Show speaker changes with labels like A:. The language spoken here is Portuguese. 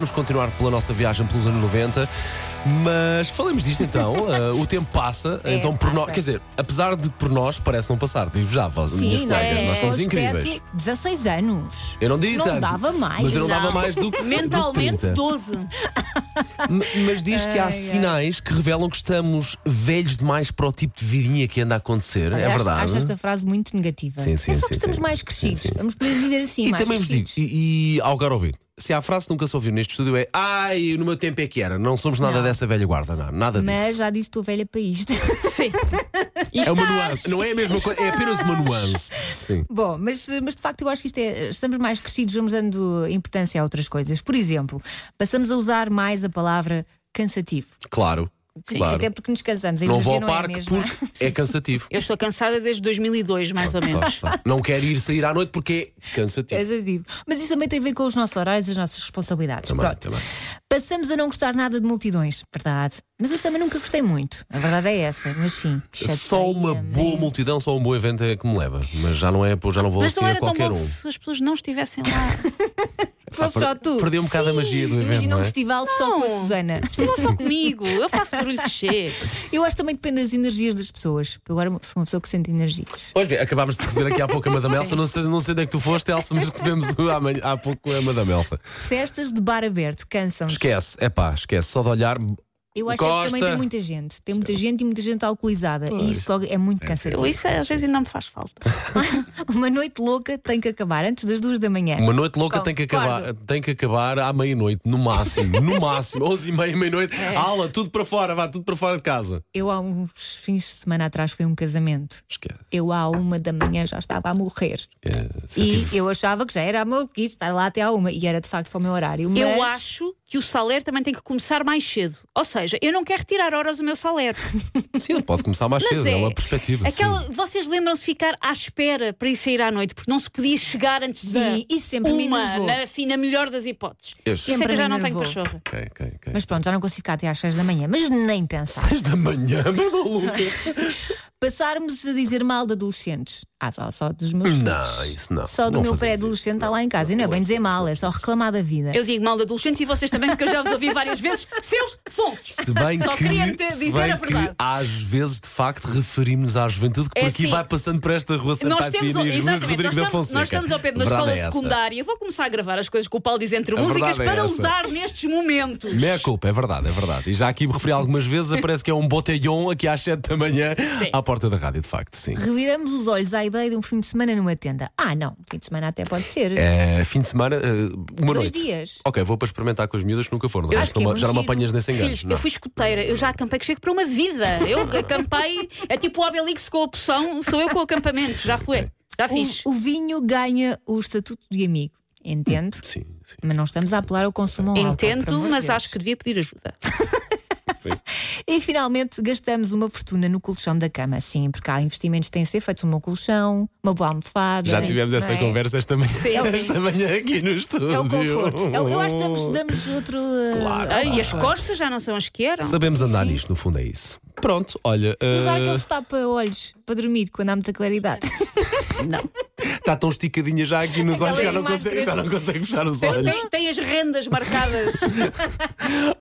A: Vamos continuar pela nossa viagem pelos anos 90, mas falemos disto então. Ah, o tempo passa,
B: É,
A: então por
B: passa.
A: nós, quer dizer, apesar de por nós parece não passar, digo já, vós, minhas
B: nós
A: colegas, nós somos
B: tínhamos
A: incríveis.
B: 17, 16 anos.
A: Eu não diria
B: Não
A: tanto,
B: dava mais.
A: Mas eu não,
B: Não.
A: dava mais do que.
C: Mentalmente,
A: do que 30.
C: 12.
A: M- Mas diz que há
B: Ai, ai.
A: sinais que revelam que estamos velhos demais para o tipo de vidinha que anda a acontecer, é
B: Acho-
A: verdade.
B: Acho esta frase muito negativa.
A: Sim, sim,
B: é só
A: sim,
B: que estamos
A: sim.
B: mais crescidos.
A: Sim, sim.
B: Vamos poder dizer assim,
A: E
B: mais
A: também vos digo,
B: crescidos.
A: e, e ao caro ouvinte, se há frase que nunca se ouviu neste estúdio é Ai, no meu tempo é que era, não somos nada
B: Não.
A: dessa velha guarda, não, nada disso.
B: Mas já disse é tu velha para isto.
C: Sim.
A: É uma nuance, não é a mesma coisa, é apenas uma nuance. Sim.
B: Bom, mas, mas de facto eu acho que isto é. Estamos mais crescidos, vamos dando importância a outras coisas. Por exemplo, passamos a usar mais a palavra cansativo.
A: Claro. claro.
B: Até porque nos cansamos. A
A: Não
B: energia
A: vou ao
B: não é a
A: parque
B: mesma.
A: porque é cansativo.
C: Eu estou cansada desde 2002, mais
A: Ah,
C: ou menos.
A: Claro, claro. Não quero ir sair à noite porque é cansativo.
B: Cansativo. Mas isto também tem a ver com os nossos horários e as nossas responsabilidades.
A: Também,
B: Pronto.
A: também.
B: Passamos a não gostar nada de multidões, verdade. Mas eu também nunca gostei muito. A verdade é essa, mas sim.
A: Só uma
B: chateia-me.
A: boa multidão, só um bom evento é que me leva. Mas já não é, pô, já não vou
C: Mas
A: assistir
C: não
A: a
C: era tão
A: qualquer
C: bom
A: um.
C: se as pessoas não estivessem lá.
B: Foi
A: per-
B: só tu.
A: perdi um bocado a
B: Sim,
A: magia do evento,
B: Imagina
A: não
B: um
A: é?
B: festival só com a Susana.
C: Estivam só comigo. Eu faço barulho que chega.
B: Eu acho que também depende das energias das pessoas. porque Eu agora sou uma pessoa que sente energias.
A: Pois bem, acabámos de receber aqui há pouco a Madame Elsa. Não sei, não sei onde é que tu foste, Elsa, mas recebemos há, manhã- há pouco a Madame Elsa.
B: Festas de bar aberto, cansam-nos.
A: Esquece, é pá, esquece. Só de olhar.
B: Eu acho é que também
A: Costa.
B: tem muita gente. Tem muita gente e muita gente alcoolizada. E isso logo é muito cansativo.
C: Eu, isso é, às vezes ainda me faz falta.
B: Uma noite louca tem que acabar antes das duas da manhã.
A: Uma noite louca tem que, acabar,
B: Concordo.
A: tem que acabar à meia-noite, no máximo. No máximo, 11 e meia, meia-noite.
C: É.
A: Aula, tudo para fora, vá, tudo para fora de casa.
B: Eu há uns fins de semana atrás fui a um casamento.
A: Esquece.
B: Eu à uma da manhã já estava a morrer.
A: É, se eu
B: E
A: tive-
B: eu achava que já era a maluquice, estar lá até à uma. E era de facto para o meu horário. Mas
C: Eu acho que o salário também tem que começar mais cedo. Ou seja, eu não quero tirar horas do meu salário.
A: Sim, ele pode começar mais
C: Mas
A: cedo,
C: é.
A: é uma perspectiva.
C: Aquela,
A: sim.
C: vocês lembram-se de ficar à espera para ir sair à noite, porque não se podia chegar antes da
B: Sim, isso sempre me
C: uma,
B: enervou.
C: na, assim, na melhor das hipóteses.
A: Eu-
C: Isso é
B: Sempre
C: que eu já
B: me
C: não tenho
B: enervou.
C: pachorra.
A: Ok, ok, ok.
B: Mas pronto, já não consigo ficar até às seis da manhã. Mas nem pensar.
A: 6 da manhã, bem maluca.
B: Passarmos a dizer mal de adolescentes. Ah, só, só dos meus filhos.
A: Não, isso não.
B: Só do
A: Não
B: meu
A: fazemos
B: pré-adolescente
A: isso,
B: está lá em casa. E não é bem dizer mal, é só reclamar da vida.
C: Eu digo mal de adolescentes e vocês também, porque eu já vos ouvi várias vezes. Seus sons!
A: Se bem
C: Só
A: que,
C: queria te
A: se
C: dizer
A: bem
C: a verdade.
A: que às vezes, de facto, referimos-nos à juventude que
C: É
A: por aqui
C: assim.
A: vai passando por esta rua Santa
C: Nós
A: Fina
C: temos,
A: e Rui
C: exatamente,
A: Rodrigo
C: nós,
A: da
C: estamos,
A: Fonseca.
C: nós estamos ao pé de uma
A: A verdade
C: escola
A: é essa.
C: secundária. Vou começar a gravar as coisas que o Paulo diz entre
A: A
C: músicas
A: verdade é
C: para
A: essa.
C: usar nestes momentos.
A: Meia culpa, é verdade, é verdade. E já aqui me referi algumas vezes, aparece que é um botellon aqui às 7 da manhã à porta da rádio, de facto, sim.
B: Reviramos os olhos à ideia de um fim de semana numa tenda. Ah, não, fim de semana até pode ser.
A: É, fim de semana, eh, uma
B: Dois
A: noite.
B: dias.
A: Ok, vou para experimentar com as miúdas que nunca foram.
B: acho que é
A: não-
B: muito
A: já não me
B: giro.
A: apanhas nesse engano.
C: Filhos,
A: não. é?
C: eu fui escuteira, eu já acampei que chego para uma vida. Eu acampei, é tipo o Obelix com a poção, sou eu com o acampamento, já foi,
B: Um,
C: já fiz.
B: O, o vinho ganha o estatuto de amigo. Entendo.
A: Sim, sim.
B: Mas não estamos a apelar ao consumo ao álcool, por
C: Entendo,
B: amor de
C: mas
B: Deus.
C: acho que devia pedir ajuda.
B: E finalmente gastamos uma fortuna no colchão da cama, sim, porque há investimentos que têm a ser feitos um bom colchão, uma boa almofada.
A: Já tivemos
B: não
A: essa
B: é?
A: conversa esta manhã,
C: sim.
A: esta manhã aqui no estúdio.
B: É o conforto. Eu, eu acho que damos, damos outro. uh,
A: Claro.
C: Ah, e as costas já não são as que eram.
A: Sabemos andar nisto, no fundo é isso. Pronto, olha.
B: Usar
A: eh,
B: aqueles tapa-olhos para dormir quando há muita claridade.
C: Não.
A: Está tão esticadinha já aqui nos olhos,
B: Aquelas
A: já não, consegue,
B: máscaras.
A: já não consegue fechar os olhos.
C: Tem, tem as rendas marcadas.